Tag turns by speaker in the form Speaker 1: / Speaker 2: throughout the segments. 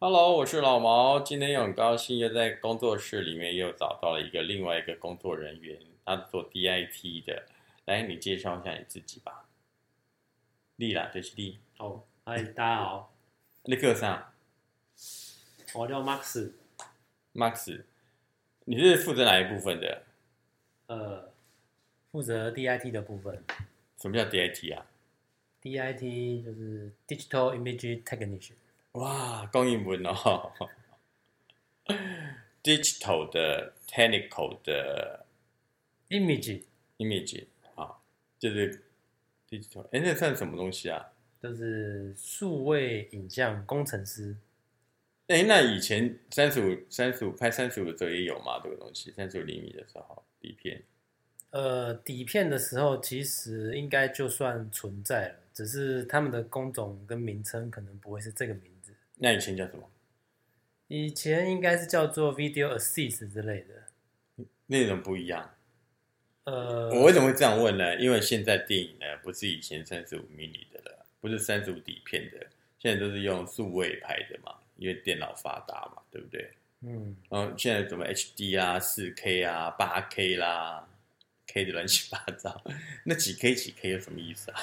Speaker 1: Hello，我是老毛，今天又很高兴又在工作室里面又找到了一个另外一个工作人员，他是做 DIT 的，来你介绍一下你自己吧。丽啦，对，是丽，
Speaker 2: 哦，嗨，大家好，
Speaker 1: 你个上
Speaker 2: 我叫 Max，
Speaker 1: Max，你是负责哪一部分的？
Speaker 2: 呃，负责 DIT 的部分
Speaker 1: 什么叫 DIT 啊？
Speaker 2: ，DIT 就是 Digital Image Technician，
Speaker 1: 哇，供应文哦，digital 的 technical 的
Speaker 2: image
Speaker 1: image 啊，就是 digital，哎，那算什么东西啊？
Speaker 2: 就是数位影像工程师，
Speaker 1: 哎，那以前三十五、三十五拍三十五的时候也有嘛？这个东西，三十五厘米的时候底片，
Speaker 2: 呃，底片的时候其实应该就算存在了，只是他们的工种跟名称可能不会是这个名字，
Speaker 1: 那以前叫什么？
Speaker 2: 以前应该是叫做 Video Assist 之类的，
Speaker 1: 内容不一样。
Speaker 2: 呃，
Speaker 1: 我为什么会这样问呢？因为现在电影呢不是以前三十五 mini 的了，不是三十五底片的，现在都是用数位拍的嘛，因为电脑发达嘛，对不对？
Speaker 2: 嗯，
Speaker 1: 然后现在什么 HD 啊、四 K 啊、八 K 啦，K 的乱七八糟，那几 K 几 K 有什么意思啊？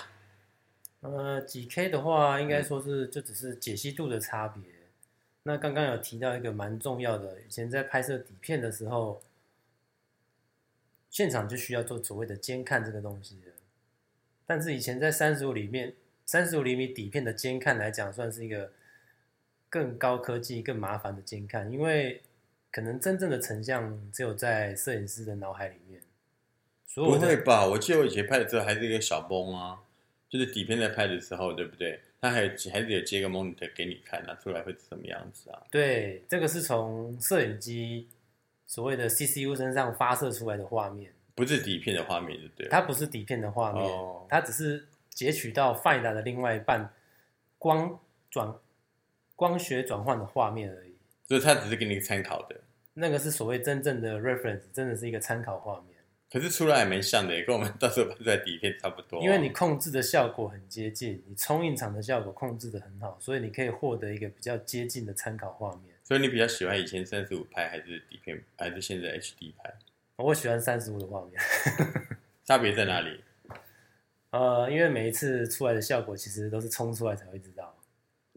Speaker 2: 呃，几 K 的话，应该
Speaker 1: 嗯
Speaker 2: 说是就只是解析度的差别。那刚刚有提到一个蛮重要的，以前在拍摄底片的时候，现场就需要做所谓的监看这个东西了。但是以前在三十五里面，三十五厘米底片的监看来讲，算是一个更高科技、更麻烦的监看，因为可能真正的成像只有在摄影师的脑海里面，所
Speaker 1: 不
Speaker 2: 有
Speaker 1: 会
Speaker 2: 的
Speaker 1: 吧？我记得我以前拍的时候还是一个小蒙啊，就是底片在拍的时候，对不对？它还有还是有接个 monitor 给你看啊，出来会是什么样子啊？
Speaker 2: 对，这个是从摄影机所谓的 CCU 身上发射出来的画面，
Speaker 1: 不是底片的画面，对不对？
Speaker 2: 它不是底片的画面，
Speaker 1: 哦
Speaker 2: 它只是截取到 Find 的另外一半光转光学转换的画面而已。
Speaker 1: 所以它只是给你参考的，
Speaker 2: 那个是所谓真正的 reference，真的是一个参考画面，
Speaker 1: 可是出来还蛮像的，也跟我们到时候拍出来底片差不多啊、
Speaker 2: 因为你控制的效果很接近，你冲印场的效果控制的很好，所以你可以获得一个比较接近的参考画面。
Speaker 1: 所以你比较喜欢以前三十五拍还是底片，还是现在 HD 拍？
Speaker 2: 我喜欢三十五的画面。
Speaker 1: 差别在哪里？
Speaker 2: 呃，因为每一次出来的效果其实都是冲出来才会知道，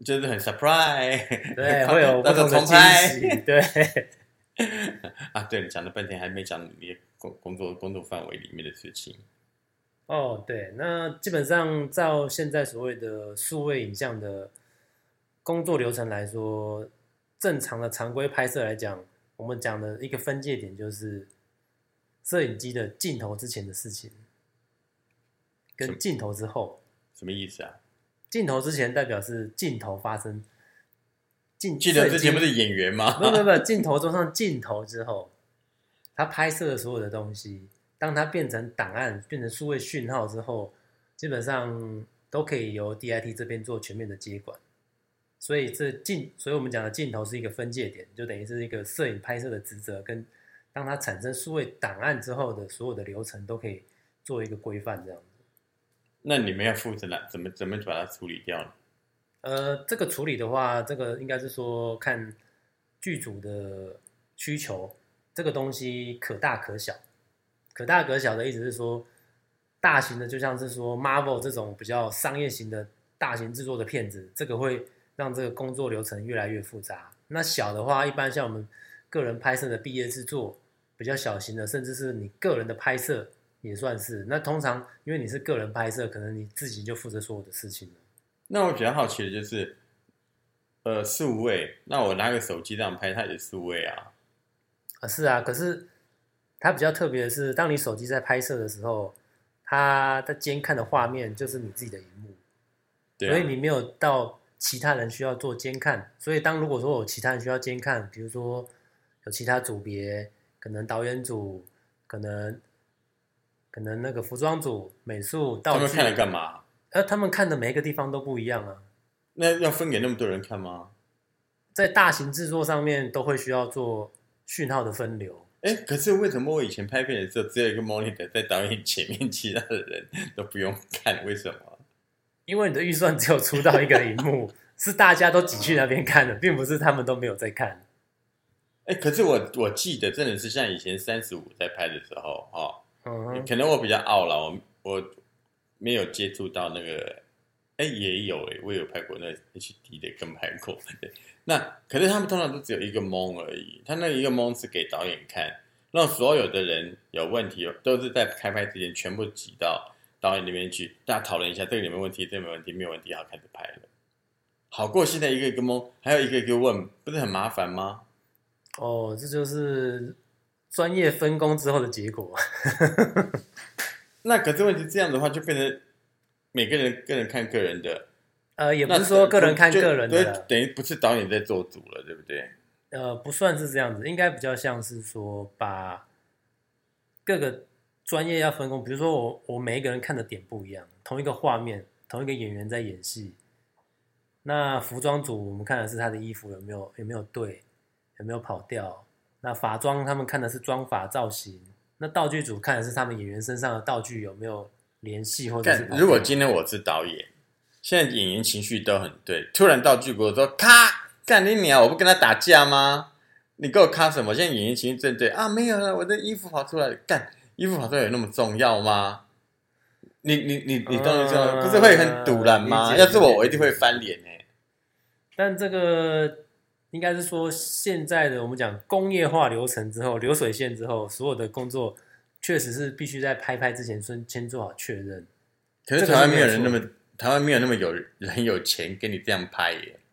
Speaker 1: 就是很 surprise，
Speaker 2: 对，会有不
Speaker 1: 到时候
Speaker 2: 同的
Speaker 1: 重
Speaker 2: 惊
Speaker 1: 拍
Speaker 2: 喜， 对，
Speaker 1: 啊！对你讲了半天，还没讲你的工工作工作范围里面的事情。
Speaker 2: 哦，对，那基本上照现在所谓的数位影像的工作流程来说，正常的常规拍摄来讲，我们讲的一个分界点就是摄影机的镜头之前的事情，
Speaker 1: 什
Speaker 2: 跟
Speaker 1: 么
Speaker 2: 镜头之后，
Speaker 1: 什么意思啊？
Speaker 2: 镜头之前代表是镜头发生，镜
Speaker 1: 记得之前
Speaker 2: 摄影
Speaker 1: 不
Speaker 2: 机
Speaker 1: 是演员吗？
Speaker 2: 不不不，镜头装上镜头之后，他拍摄的所有的东西，当它变成档案、变成数位讯号之后，基本上都可以由 DIT 这边做全面的接管。所以这镜，所以我们讲的镜头是一个分界点，就等于是一个摄影拍摄的职责，跟当它产生数位档案之后的所有的流程都可以做一个规范，这样子。
Speaker 1: 那你们要负责哪？怎么怎么把它处理掉呢？
Speaker 2: 呃，这个处理的话，这个应该是说看剧组的需求，这个东西可大可小。可大可小的意思是说，大型的就像是说 Marvel 这种比较商业型的大型制作的片子，这个会让这个工作流程越来越复杂。那小的话，一般像我们个人拍摄的毕业制作，比较小型的，甚至是你个人的拍摄也算是。那通常因为你是个人拍摄，可能你自己就负责所有的事情了。
Speaker 1: 那我比较好奇的就是，呃，数位，那我拿个手机这样拍，它也是数位啊。
Speaker 2: 啊，是啊，可是它比较特别的是，当你手机在拍摄的时候，它在监看的画面就是你自己的荧幕，
Speaker 1: 对啊
Speaker 2: 所以你没有到其他人需要做监看，所以当如果说有其他人需要监看，比如说有其他组别，可能导演组，可能可能那个服装组、美术、道
Speaker 1: 他
Speaker 2: 具，
Speaker 1: 们看了干？嘛？
Speaker 2: 呃，他们看的每一个地方都不一样啊，
Speaker 1: 那要分给那么多人看吗？
Speaker 2: 在大型制作上面都会需要做讯号的分流，
Speaker 1: 哎，可是为什么我以前拍片的时候只有一个 monitor 在导演前面，其他的人都不用看？为什么？
Speaker 2: 因为你的预算只有出到一个荧 幕，是大家都挤去那边看的，并不是他们都没有在看。
Speaker 1: 哎，可是我我记得真的是像以前三十五在拍的时候，哦，
Speaker 2: 嗯哼，
Speaker 1: 可能我比较傲了，我我没有接触到那个，哎，也有哎，我也有拍过那 HD 的，跟拍过。对，那可是他们通常都只有一个蒙而已，他那一个蒙是给导演看，让所有的人有问题都是在开拍之前全部挤到导演那边去，大家讨论一下这个有没有问题，这个没问题，没有问题，好开始拍了。好过现在一个一个蒙，还有一个一个问，不是很麻烦吗？
Speaker 2: 哦，这就是专业分工之后的结果。
Speaker 1: 那可是问题这样的话，就变成每个人个人看个人的，
Speaker 2: 呃，也不
Speaker 1: 那
Speaker 2: 是说个人看
Speaker 1: 就
Speaker 2: 个人的
Speaker 1: 对
Speaker 2: 啦，
Speaker 1: 等于不是导演在做主了，对不对？
Speaker 2: 呃，不算是这样子，应该比较像是说把各个专业要分工，比如说我我每一个人看的点不一样，同一个画面，同一个演员在演戏，那服装组我们看的是他的衣服有没有有没有对，有没有跑掉，那法妆他们看的是妆法造型，那道具组看的是他们演员身上的道具有没有联系或者是
Speaker 1: 但
Speaker 2: 跑
Speaker 1: 如果
Speaker 2: 掉
Speaker 1: 今天我是导演，现在演员情绪都很对，突然道具给我说咔，干你娘！我不跟他打架吗？你给我咔什么？现在演员情绪正对啊，没有了，我的衣服跑出来了，干衣服跑出来有那么重要吗？你你你你当然知道，
Speaker 2: 嗯
Speaker 1: 不是会很堵然
Speaker 2: 啊理
Speaker 1: 吗？
Speaker 2: 解
Speaker 1: 要是
Speaker 2: 理
Speaker 1: 我，
Speaker 2: 解
Speaker 1: 我一定会翻脸哎、
Speaker 2: 但这个应该是说，现在的我们讲工业化流程之后，流水线之后，所有的工作确实是必须在拍拍之前先先做好确认。
Speaker 1: 可是
Speaker 2: 这个
Speaker 1: 台湾
Speaker 2: 是
Speaker 1: 没有
Speaker 2: 没
Speaker 1: 人那
Speaker 2: 错
Speaker 1: 么，台湾没有那么有人有钱跟你这样拍耶。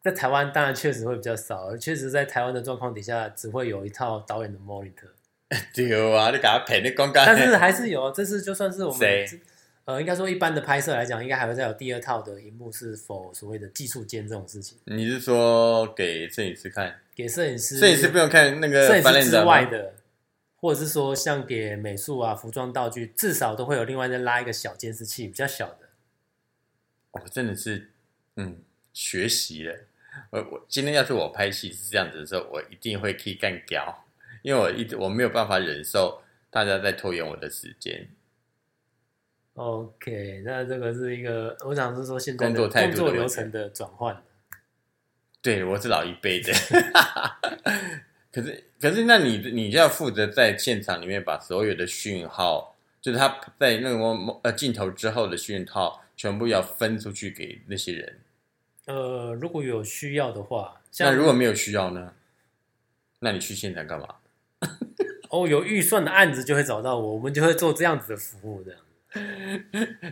Speaker 2: 在台湾当然确实会比较少，而确实在台湾的状况底下，只会有一套导演的 monitor，
Speaker 1: 对啊，你给他赔，你讲干。
Speaker 2: 但是还是有，啊这次就算是我
Speaker 1: 谁
Speaker 2: 们呃，应该说一般的拍摄来讲，应该还会再有第二套的荧幕是否所谓的技术间这种事情，
Speaker 1: 你是说给摄影师看？
Speaker 2: 给摄影师
Speaker 1: 摄影师不用看那
Speaker 2: 摄
Speaker 1: 个
Speaker 2: 影
Speaker 1: 翻脸
Speaker 2: 师之
Speaker 1: 照吗
Speaker 2: 外，的，或者是说像给美术啊、服装道具，至少都会有另外再拉一个小监视器，比较小的。
Speaker 1: 我哦真的是嗯学习了。我我今天要是我拍戏是这样子的时候，我一定会可以干掉，因为我一直我没有办法忍受大家在拖延我的时间。
Speaker 2: OK，那这个是一个，我想是说现在的
Speaker 1: 工作态度的
Speaker 2: 工作
Speaker 1: 问
Speaker 2: 流
Speaker 1: 题
Speaker 2: 程的转换。
Speaker 1: 对，我是老一辈的。 可是，可是，那你你就要负责在现场里面把所有的讯号，就是他在那个呃镜头之后的讯号，全部要分出去给那些人。
Speaker 2: 呃，如果有需要的话，
Speaker 1: 那
Speaker 2: 像
Speaker 1: 如果没有需要呢？那你去现场干嘛？
Speaker 2: 哦有预算的案子就会找到我，我们就会做这样子的服务这样。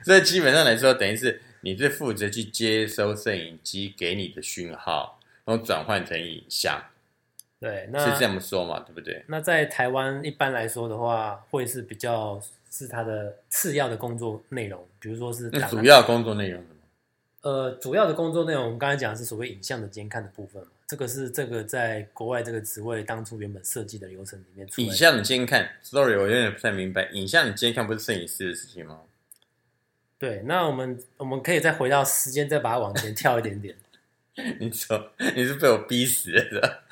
Speaker 1: 所以基本上来说，等于是你是负责去接收摄影机给你的讯号，然后转换成影像，
Speaker 2: 对，那
Speaker 1: 是这么说嘛？对不对？
Speaker 2: 那在台湾一般来说的话，会是比较是它的次要的工作内容，比如说是啊
Speaker 1: 那
Speaker 2: 档
Speaker 1: 主
Speaker 2: 案
Speaker 1: 要工作内容是什么？
Speaker 2: 呃，主要的工作内容，我们刚才讲的是所谓影像的监看的部分嘛，这个是这个在国外这个职位当初原本设计的流程里面出来的
Speaker 1: 影像你监看，sorry，我有点不太明白，影像你监看不是摄影师的事情吗？
Speaker 2: 对，那我们我们可以再回到时间，再把它往前跳一点点。
Speaker 1: 你说你是被我逼死了是吧？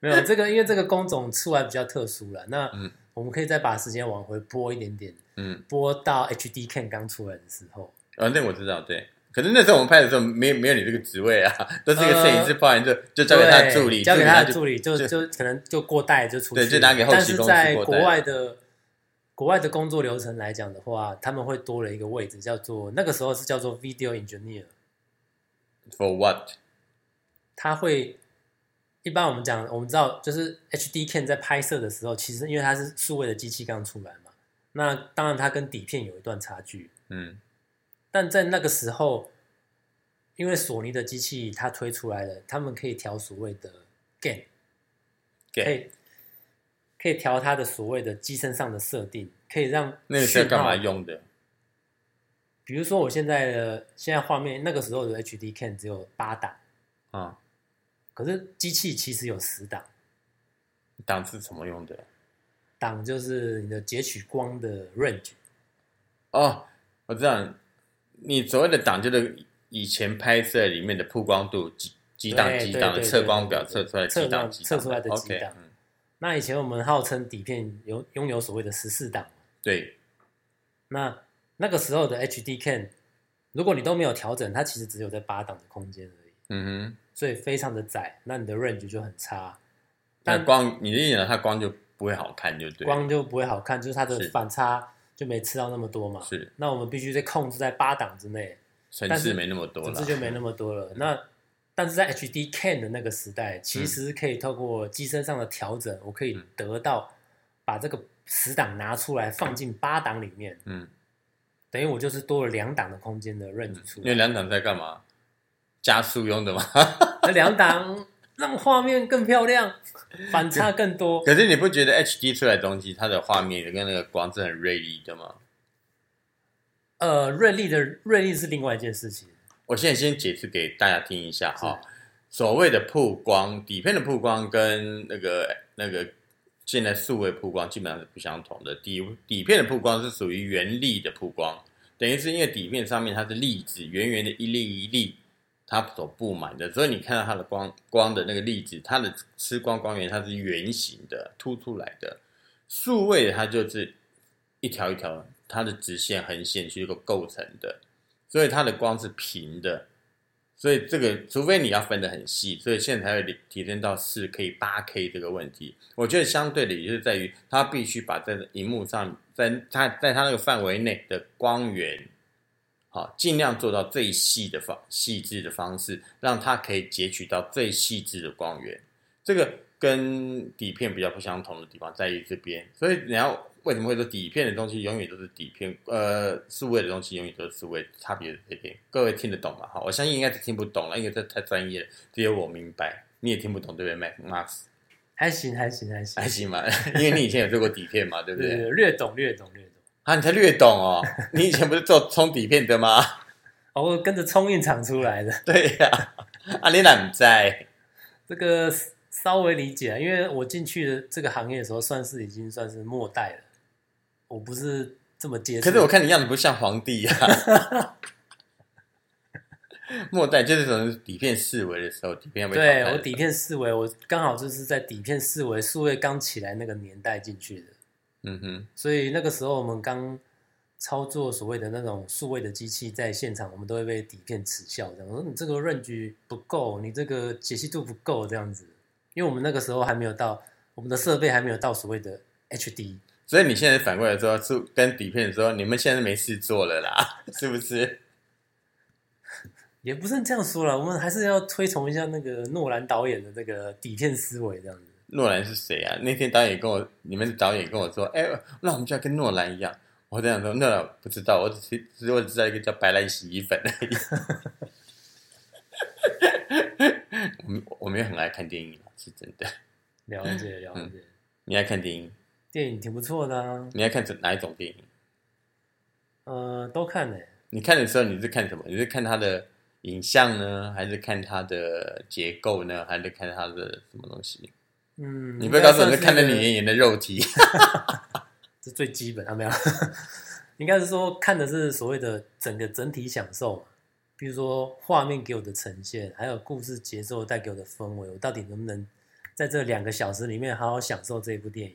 Speaker 2: 没有这个，因为这个工种出来比较特殊了。那
Speaker 1: 嗯
Speaker 2: 我们可以再把时间往回拨一点点，
Speaker 1: 嗯，
Speaker 2: 拨到 HD Can 刚出来的时候。
Speaker 1: 哦，那我知道，对。可是那时候我们拍的时候，没有没有你这个职位啊，都是一个摄影师，报完就就交给他的助理，
Speaker 2: 呃对交给他的
Speaker 1: 就
Speaker 2: 助理，就
Speaker 1: 就
Speaker 2: 就可能就过带就出去了，
Speaker 1: 对就拿给后期
Speaker 2: 但是
Speaker 1: 公司
Speaker 2: 在
Speaker 1: 过
Speaker 2: 国
Speaker 1: 带
Speaker 2: 外的国外的工作流程来讲的话，他们会多了一个位置，叫做那个时候是叫做 video engineer，
Speaker 1: for what？
Speaker 2: 他会一般我们讲我们知道就是 HD can 在拍摄的时候，其实因为它是数位的机器刚出来嘛，那当然它跟底片有一段差距，
Speaker 1: 嗯，
Speaker 2: 但在那个时候，因为索尼的机器它推出来了，他们可以调所谓的 gain。可
Speaker 1: 给
Speaker 2: 以可以调它的所谓的机身上的设定，可以让
Speaker 1: 那个是要
Speaker 2: 讯
Speaker 1: 干
Speaker 2: 号
Speaker 1: 嘛？用的？
Speaker 2: 比比如说我现在的现在画面，那个时候的 HD Can 只有八档，
Speaker 1: 嗯，
Speaker 2: 可是机器其实有十档，
Speaker 1: 档次怎么用的？
Speaker 2: 档就是你的截取光的 range，
Speaker 1: 哦，我知道，你所谓的档就是以前拍摄里面的曝光度几几档
Speaker 2: 对
Speaker 1: 几档的
Speaker 2: 对对
Speaker 1: 测光表
Speaker 2: 对对
Speaker 1: 测出来
Speaker 2: 测
Speaker 1: 几档
Speaker 2: 光
Speaker 1: 几
Speaker 2: 测
Speaker 1: 档
Speaker 2: 出来的几
Speaker 1: OK，
Speaker 2: 档
Speaker 1: 嗯，
Speaker 2: 那以前我们号称底片有拥有所谓的十四档，
Speaker 1: 对，
Speaker 2: 那那个时候的 HD Can，如果你都没有调整，它其实只有在八档的空间而已，
Speaker 1: 嗯哼，
Speaker 2: 所以非常的窄，那你的 range 就很差，
Speaker 1: 那
Speaker 2: 但
Speaker 1: 光你的意思讲它光就不会好看，就对了，
Speaker 2: 光就不会好看，就是它的
Speaker 1: 是
Speaker 2: 反差就没吃到那么多嘛。
Speaker 1: 是
Speaker 2: 那我们必须在控制在八档之内，
Speaker 1: 层
Speaker 2: 但
Speaker 1: 次
Speaker 2: 是
Speaker 1: 没那么多嗯
Speaker 2: 总
Speaker 1: 了，
Speaker 2: 之就没那么多了。那但是在 HD Can 的那个时代，
Speaker 1: 嗯
Speaker 2: 其实可以透过机身上的调整，我可以得到把这个十档拿出来放进八档里面，
Speaker 1: 嗯，
Speaker 2: 等于我就是多了两档的空间的 range 出
Speaker 1: 因
Speaker 2: 来
Speaker 1: 为。两档在干嘛？加速用的嘛，
Speaker 2: 那两档让画面更漂亮，反差更 多。
Speaker 1: 可是你不觉得 HD 出来的东西，它的画面跟那个光是很锐利的吗？
Speaker 2: 呃，锐利的锐利是另外一件事情。
Speaker 1: 我现在先解释给大家听一下哈、
Speaker 2: 是
Speaker 1: 所谓的曝光，底片的曝光跟那个那个现在数位曝光基本上是不相同的。底底片的曝光是属于原粒的曝光，等于是因为底片上面它是粒子，圆圆的一粒一粒，它所布满的，所以你看到它的光光的那个粒子，它的吃光光源它是圆形的，凸出来的。数位的它就是一条一条，它的直线、横线去构构成的，所以它的光是平的。所以这个，除非你要分得很细，所以现在才会提升到四 K、八 K 这个问题。我觉得相对的，也就是在于它必须把在荧幕上，在它在它那个范围内的光源，好，尽量做到最细的方细致的方式，让它可以截取到最细致的光源。这个跟底片比较不相同的地方在于这边，所以你要为什么会说底片的东西永远都是底片，呃，数位的东西永远都是数位，差别在这边。各位听得懂吗？哈，我相信应该是听不懂了，因为这太专业了，只有我明白。你也听不懂对不对，Max Max？
Speaker 2: 还行，还行，还行
Speaker 1: 还，行吧，因为你以前有做过底片嘛，对不对？
Speaker 2: 对，略懂，略懂，略懂。
Speaker 1: 啊，你才略懂哦，你以前不是做冲底片的吗？
Speaker 2: 哦，我跟着冲印厂出来的，
Speaker 1: 对呀、啊，你哪不在？
Speaker 2: 这个稍微理解啊，因为我进去的这个行业的时候，算是已经算是末代了，我不是这么接触。
Speaker 1: 可是我看你样子不像皇帝呀、啊。 末代就是从底片四维的时候，底片被淘汰
Speaker 2: 对
Speaker 1: 的时候
Speaker 2: 我底，片四维，我刚好就是在底片四维数位刚起来那个年代进去的，
Speaker 1: 嗯哼，
Speaker 2: 所以那个时候我们刚操作所谓的那种数位的机器，在现场我们都会被底片耻笑，这样说你这个 range 不够，你这个解析度不够这样子，因为我们那个时候还没有到，我们的设备还没有到所谓的 HD。
Speaker 1: 所以你现在反过来说，是跟底片说，你们现在没事做了啦， 是不是？
Speaker 2: 也不是这样说了，我们还是要推崇一下那个诺兰导演的这个底片思维这样子。
Speaker 1: 诺兰是谁啊？那天导演跟我，你们的导演跟我说，哎、那我们就要跟诺兰一样。我这样说，诺兰不知道，我只只是我只知道一个叫白兰洗衣粉而已。 我没我没有很爱看电影啊，是真的。
Speaker 2: 了解了
Speaker 1: 嗯
Speaker 2: 解，
Speaker 1: 你爱看电影？
Speaker 2: 电影挺不错的啊，
Speaker 1: 你爱看哪一种电影？
Speaker 2: 呃，都看呢、
Speaker 1: 你看的时候你是看什么？你是看它的影像呢，还是看它的结构呢，还是看它的什么东西？
Speaker 2: 嗯，
Speaker 1: 你不要告诉我
Speaker 2: 应
Speaker 1: 是
Speaker 2: 该算
Speaker 1: 看了
Speaker 2: 是一个
Speaker 1: 李，妍妍的肉体。
Speaker 2: 这最基本啊，没有， 应该是说看的是所谓的整个整体享受嘛，比如说画面给我的呈现，还有故事节奏带给我的氛围，我到底能不能在这两个小时里面好好享受这一部电影，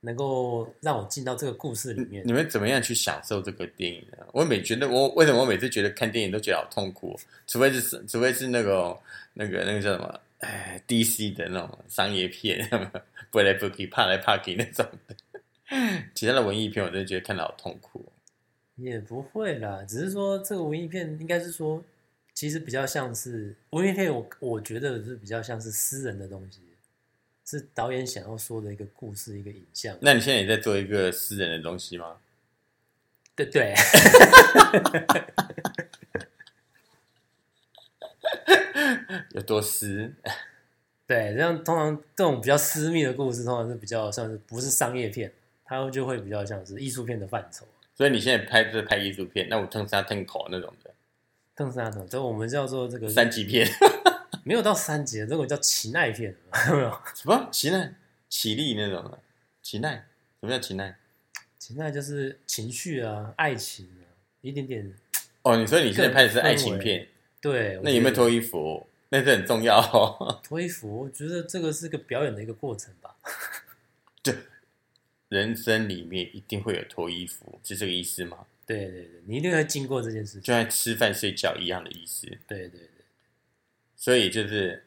Speaker 2: 能够让我进到这个故事里面
Speaker 1: 你。们怎么样去享受这个电影呢？我每觉得我为什么我每次觉得看电影都觉得好痛苦哦、除非是除非是那个那个那个叫什么哎 DC 的那种商业片， 不来不去，怕来怕去那种的。 其他的文艺片我真的觉得看的好痛苦哦、
Speaker 2: 也不会啦，只是说这个文艺片应该是说，其实比较像是文艺片我，我觉得是比较像是私人的东西，是导演想要说的一个故事，一个影像。
Speaker 1: 那你现在也在做一个私人的东西吗？
Speaker 2: 对对，
Speaker 1: 有多私？
Speaker 2: 对，这样通常这种比较私密的故事，通常是比较像是不是商业片，它就会比较像是艺术片的范畴。
Speaker 1: 所以你现在拍就是拍艺术片，那我蹭沙蹭口那种的
Speaker 2: 更是那种，这我们叫做这个
Speaker 1: 三级片，
Speaker 2: 没有到三级，这个叫奇奈片，有 没有？
Speaker 1: 什么奇奈、起立那种的，奇奈，什么叫奇奈？
Speaker 2: 奇奈就是情绪啊，爱情啊，一点点。
Speaker 1: 哦，你说你现在拍的是
Speaker 2: 更氛围
Speaker 1: 爱情片，
Speaker 2: 对，我
Speaker 1: 那有没有
Speaker 2: 觉得
Speaker 1: 脱衣服？那是很重要、哦。
Speaker 2: 脱衣服？我觉得这个是个表演的一个过程吧。
Speaker 1: 人生里面一定会有脱衣服，是这个意思吗？
Speaker 2: 对对对，你一定会经过这件事
Speaker 1: 就
Speaker 2: 情。
Speaker 1: 像吃饭睡觉一样的意思。
Speaker 2: 对对对，
Speaker 1: 所以就是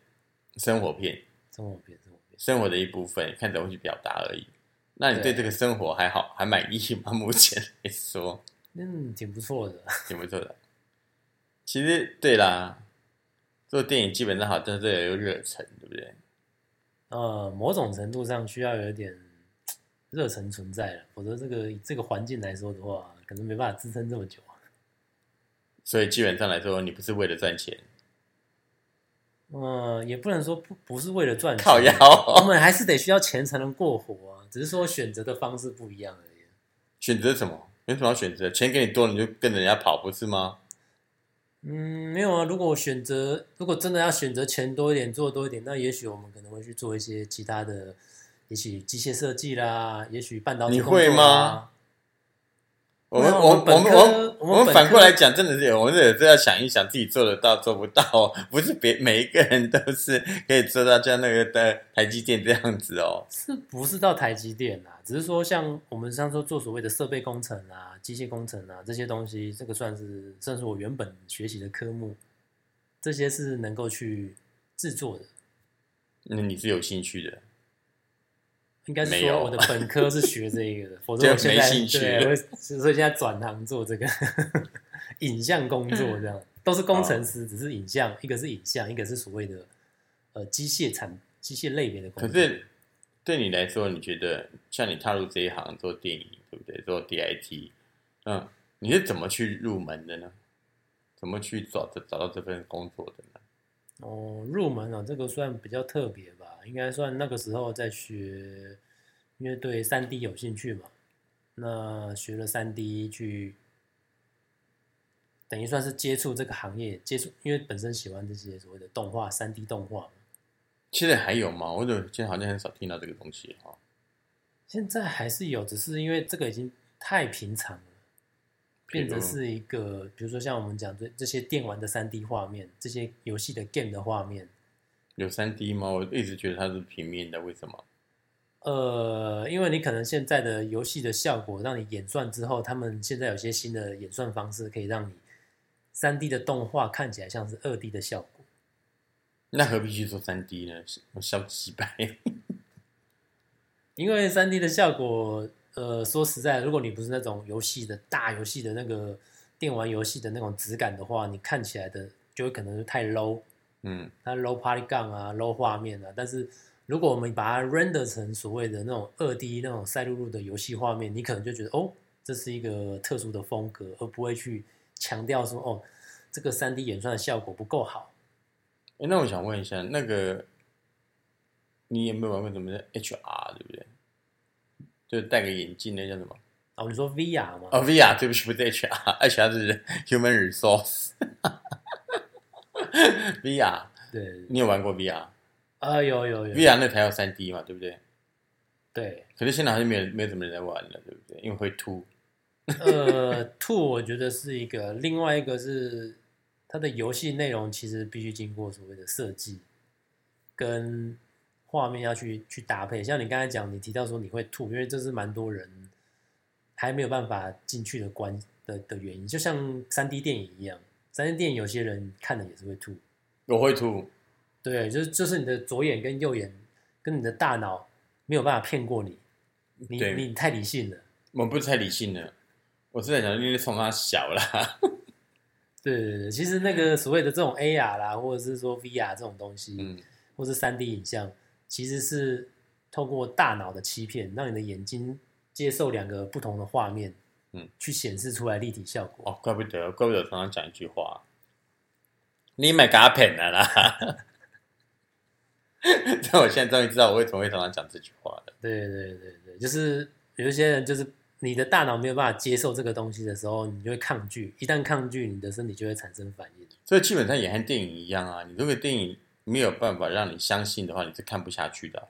Speaker 1: 生活片，
Speaker 2: 生活片，生活片。
Speaker 1: 生活的一部分，看怎么去表达而已。那你对
Speaker 2: 对
Speaker 1: 这个生活还好，还满意吗？ 目前来说，
Speaker 2: 嗯，挺不错的。
Speaker 1: 挺不错的。其实对啦，做电影基本上好像都要有热忱，对不对？
Speaker 2: 呃，某种程度上需要有一点嘖热忱存在了，否则这个以这个环境来说的话，可能没办法支撑这么久啊。
Speaker 1: 所以基本上来说，你不是为了赚钱，
Speaker 2: 嗯、也不能说不不是为了赚钱，
Speaker 1: 靠腰
Speaker 2: 我们还是得需要钱才能过活啊，只是说选择的方式不一样而已。
Speaker 1: 选择什么？有什么好选择？钱给你多了，你就跟着人家跑，不是吗？
Speaker 2: 嗯，没有啊。如果我选择，如果真的要选择钱多一点，做多一点，那也许我们可能会去做一些其他的，也许机械设计啦，也许半导体
Speaker 1: 你
Speaker 2: 工作啊
Speaker 1: 会吗
Speaker 2: 啦
Speaker 1: 我们
Speaker 2: 没有
Speaker 1: 我我们
Speaker 2: 我们本
Speaker 1: 我
Speaker 2: 科
Speaker 1: 们
Speaker 2: 我们
Speaker 1: 我们
Speaker 2: 本
Speaker 1: 反
Speaker 2: 科
Speaker 1: 过来讲，真的是有，我们也是要想一想自己做得到做不到，不是别每一个人都是可以做到像那个的台积电这样子哦。
Speaker 2: 是不是到台积电啊？只是说像我们上周做所谓的设备工程啊、机械工程啊这些东西，这个算是算是我原本学习的科目，这些是能够去制作的。
Speaker 1: 那你是有兴趣的，
Speaker 2: 应该是
Speaker 1: 没有
Speaker 2: 说我的本科是学 这个的，否则
Speaker 1: 就
Speaker 2: 我现在
Speaker 1: 没兴趣
Speaker 2: 对，我所以现在转行做这个 影像工作，这样都是工
Speaker 1: 哦
Speaker 2: 程师，只是影像，一个是影像，一个是所谓的呃机械产机械类别的工
Speaker 1: 可
Speaker 2: 作。
Speaker 1: 是对你来说，你觉得像你踏入这一行做电影，对不对？做 DIT，嗯，你是怎么去入门的呢？怎么去找找到这份工作的呢？
Speaker 2: 哦，入门啊，这个算比较特别吧，应该算那个时候在学，因为对三 D 有兴趣嘛，那学了三 D 去，等于算是接触这个行业，接触，因为本身喜欢这些所谓的动画，三 D 动画嘛，
Speaker 1: 现在还有吗？我怎么现在好像很少听到这个东西哦。
Speaker 2: 现在还是有，只是因为这个已经太平常了，变
Speaker 1: 比如
Speaker 2: 成是一个，比如说像我们讲这这些电玩的三 D 画面，这些游戏的 game 的画面，
Speaker 1: 有三 D 吗？我一直觉得它是平面的，为什么？
Speaker 2: 呃，因为你可能现在的游戏的效果，让你演算之后，他们现在有些新的演算方式，可以让你三 D 的动画看起来像是二 D 的效果。
Speaker 1: 那何必去做三 D 呢？我消极白。
Speaker 2: 因为三 D 的效果，呃，说实在，如果你不是那种游戏的大游戏的那个电玩游戏的那种质感的话，你看起来的就会可能是太 low，
Speaker 1: 嗯，
Speaker 2: 它 low polygon 啊，low 画面啊。但是如果我们把它 render 成所谓的那种二 D 那种赛璐璐的游戏画面，你可能就觉得哦，这是一个特殊的风格，而不会去强调说哦，这个三 D 演算的效果不够好。
Speaker 1: 诶那我想问一下，那个你有没有玩过什么的 HR，对不对？就是戴个眼镜那叫什么？
Speaker 2: 哦，你说 VR 吗？
Speaker 1: 哦，VR，对不起，不是 HR，HR 是 Human Resource。VR，
Speaker 2: 对，
Speaker 1: 你有玩过 VR？VR
Speaker 2: 啊，有有有，
Speaker 1: 那才有三 D 嘛，对不对？
Speaker 2: 对，
Speaker 1: 可是现在好像没有没有什么人在玩了，对不对？因为会秃。
Speaker 2: 呃兔我觉得是一个，另外一个是它的游戏内容其实必须经过所谓的设计跟画面要去去搭配。像你刚才讲，你提到说你会吐，因为这是蛮多人还没有办法进去的关的的原因，就像三 D 电影一样，三 D 电影有些人看了也是会吐，
Speaker 1: 我会秃，
Speaker 2: 对，就是就是你的左眼跟右眼跟你的大脑没有办法骗过你，你
Speaker 1: 对
Speaker 2: 你太理性了。
Speaker 1: 我不是太理性了，我是在想，因为从他小啦。
Speaker 2: 对对对，其实那个所谓的这种 AR 啦，或者是说 VR 这种东西，
Speaker 1: 嗯。
Speaker 2: 或是三 D 影像，其实是透过大脑的欺骗，让你的眼睛接受两个不同的画面，
Speaker 1: 嗯，
Speaker 2: 去显示出来立体效果。
Speaker 1: 哦，怪不得，怪不得我常常讲一句话，你买嘎骗了啦。 但我现在终于知道我为什么会常常讲这句话了。
Speaker 2: 对对对对，就是有一些人就是你的大脑没有办法接受这个东西的时候，你就会抗拒。一旦抗拒，你的身体就会产生反应。
Speaker 1: 所以基本上也和电影一样啊，你如果电影没有办法让你相信的话，你是看不下去的，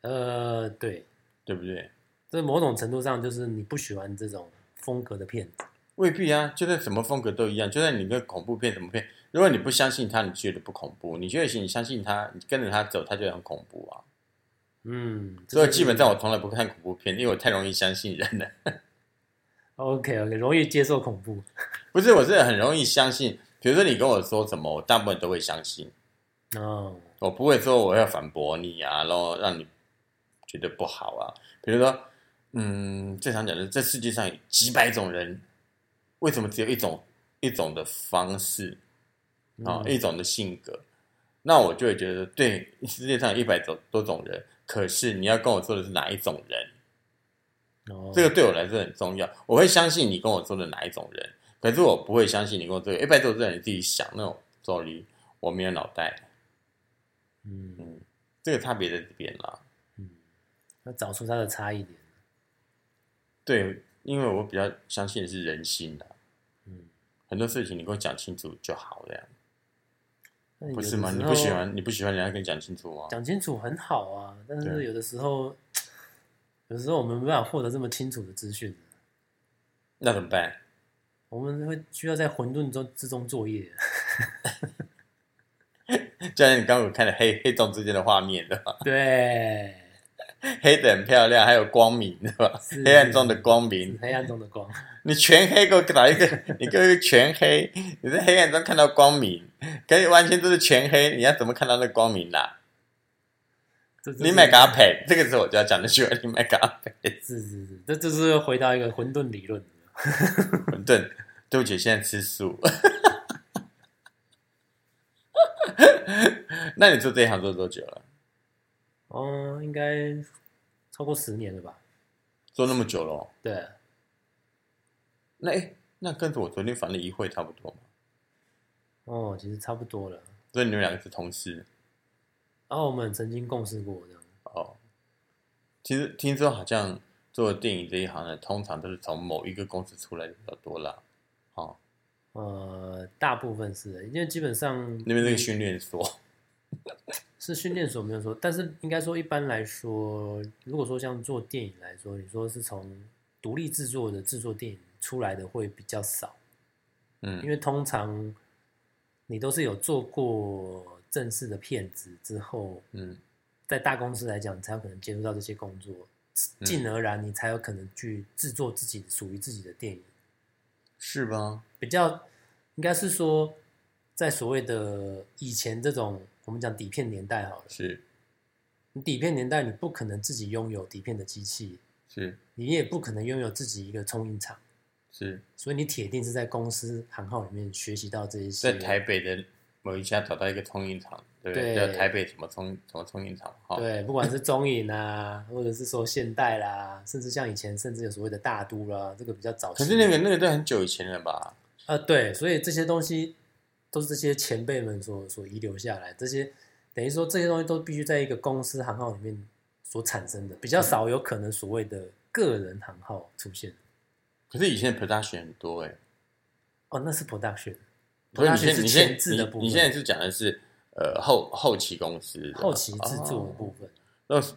Speaker 2: 呃，对，
Speaker 1: 对不对？
Speaker 2: 这某种程度上就是你不喜欢这种风格的片子。
Speaker 1: 未必啊，就算什么风格都一样，就算你跟恐怖片什么片，如果你不相信它，你觉得不恐怖；你觉得你相信它，你跟着它走，它就很恐怖啊。
Speaker 2: 嗯，这
Speaker 1: 所以
Speaker 2: 就是
Speaker 1: 基本上我从来不看恐怖片，因为我太容易相信人了。
Speaker 2: OK OK，容易接受恐怖。
Speaker 1: 不是，我是很容易相信，比如说你跟我说什么，我大部分都会相信，
Speaker 2: 哦，
Speaker 1: 我不会说我要反驳你啊，然后让你觉得不好啊。比如说，嗯，最常讲的，这世界上有几百种人，为什么只有一种一种的方式啊、
Speaker 2: 嗯
Speaker 1: 一种的性格？那我就会觉得，对，世界上有一百种多种人，可是你要跟我说的是哪一种人？
Speaker 2: 哦，
Speaker 1: 这个对我来说很重要。我会相信你跟我说的哪一种人，可是我不会相信你跟我说的，一百多种人你自己想那种，sorry，我没有脑袋，
Speaker 2: 嗯
Speaker 1: 这个差别在这边啦。
Speaker 2: 嗯，要找出它的差异点。
Speaker 1: 对，因为我比较相信的是人心的，
Speaker 2: 嗯，
Speaker 1: 很多事情你跟我讲清楚就好了，
Speaker 2: 那你
Speaker 1: 不
Speaker 2: 有
Speaker 1: 是
Speaker 2: 的
Speaker 1: 吗？
Speaker 2: 时
Speaker 1: 你不喜
Speaker 2: 候
Speaker 1: 欢你不喜欢人家跟你讲清楚吗？
Speaker 2: 讲清楚很好啊，但
Speaker 1: 对
Speaker 2: 是有的时候，有时候我们没办法获得这么清楚的资讯，
Speaker 1: 那怎么办？
Speaker 2: 我们会需要在混沌中之中作业。
Speaker 1: 就像你刚刚有看的黑黑洞之间的画面，对吧？
Speaker 2: 对，
Speaker 1: 黑的很漂亮，还有光明，对吧？
Speaker 2: 是
Speaker 1: 黑暗中的光明，
Speaker 2: 黑暗中的光。
Speaker 1: 你全黑给我搞一个，你给我一个全黑，你在黑暗中看到光明，可以完全都是全黑，你要怎么看到那光明啦、
Speaker 2: 这就是
Speaker 1: 你买咖啡，这个是我就要讲的句话，你买咖啡，
Speaker 2: 是是是，这就是回到一个混沌理论。
Speaker 1: 馄饨。对不起，现在吃素。那你做这一行做多久了？
Speaker 2: 哦，应该超过十年了吧？
Speaker 1: 做那么久了哦、
Speaker 2: 对，
Speaker 1: 那诶那跟着我昨天反的一会差不多嘛。
Speaker 2: 哦，其实差不多了。
Speaker 1: 所以你们两个是同事
Speaker 2: 然后我们曾经共事过这样。
Speaker 1: 哦。其实听说好像做电影这一行的，通常都是从某一个公司出来的比较多啦。哦，
Speaker 2: 呃，大部分是的，因为基本上
Speaker 1: 那边这个训练所，
Speaker 2: 是训练所没有说，但是应该说一般来说，如果说像做电影来说，你说是从独立制作的制作电影出来的会比较少，因
Speaker 1: 嗯，
Speaker 2: 为通常你都是有做过正式的片子之后，
Speaker 1: 嗯，
Speaker 2: 在大公司来讲，你才有可能接触到这些工作，
Speaker 1: 嗯
Speaker 2: 进而然你才有可能去制作自己属于自己的电影。
Speaker 1: 是吧？
Speaker 2: 比较应该是说，在所谓的以前这种我们讲底片年代好了，
Speaker 1: 是
Speaker 2: 你底片年代你不可能自己拥有底片的机器，
Speaker 1: 是
Speaker 2: 你也不可能拥有自己一个冲印厂，
Speaker 1: 是，
Speaker 2: 所以你铁定是在公司行号里面学习到这一些。
Speaker 1: 在台北的某一家找到一个冲印厂，对不对？
Speaker 2: 对
Speaker 1: 叫台北什么冲什么冲印厂，哈、
Speaker 2: 对，不管是中影啊，或者是说现代啦，甚至像以前甚至有所谓的大都啦，这个比较早期。
Speaker 1: 可是那个那个都很久以前了吧？
Speaker 2: 呃，对，所以这些东西都是这些前辈们所所遗留下来，这些等于说这些东西都必须在一个公司行号里面所产生的，比较少有可能所谓的个人行号出现。
Speaker 1: 可是以前的 production 很多哎、
Speaker 2: 哦，那是 production，
Speaker 1: 不是你
Speaker 2: production
Speaker 1: 现
Speaker 2: 是
Speaker 1: 你
Speaker 2: 前
Speaker 1: 现
Speaker 2: 置的部
Speaker 1: 你你
Speaker 2: 分，
Speaker 1: 现在是讲的是呃后后期公司对吧
Speaker 2: 后期制作的
Speaker 1: 哦
Speaker 2: 部分。
Speaker 1: 那是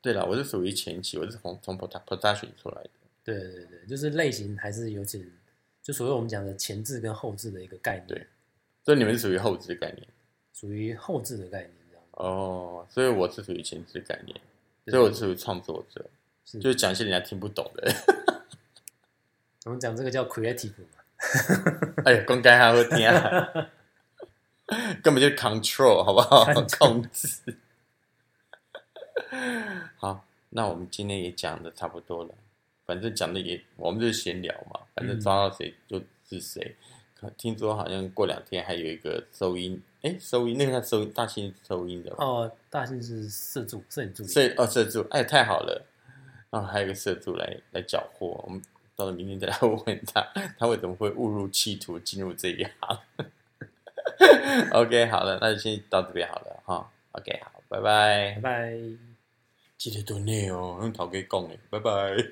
Speaker 1: 对了，我是属于前期，我是从从 produ- production 出来的。
Speaker 2: 对对对，就是类型还是有点，就所谓我们讲的前置跟后置的一个概念，
Speaker 1: 对所以你们是属于后置概念
Speaker 2: 属于后置的概念这样。
Speaker 1: 哦，所以我是属于前置概念，
Speaker 2: 对
Speaker 1: 所以我是属于创作者，
Speaker 2: 是
Speaker 1: 就是讲一些人家听不懂的。
Speaker 2: 我们讲这个叫 creative 嘛，
Speaker 1: 哎呀，公开还会听啊， 根本就是 control 好不好？ 控制。 好，那我们今天也讲的差不多了，反正讲的也，我们就是闲聊嘛，反正抓到谁就是谁。可听说好像过两天还有一个收音，哎，收音那个叫收音，大兴收音的，
Speaker 2: 哦，大兴是摄助摄影助理，
Speaker 1: 摄哦摄助，哎，太好了。然后还有一个摄助来来缴获，我们到了明天再来问他，他为什么会误入歧途进入这一行。OK，好了，那就先到这边好了哈。OK，好，拜
Speaker 2: 拜
Speaker 1: 拜，
Speaker 2: 拜。
Speaker 1: 记得多内哦，用头给讲的，拜拜。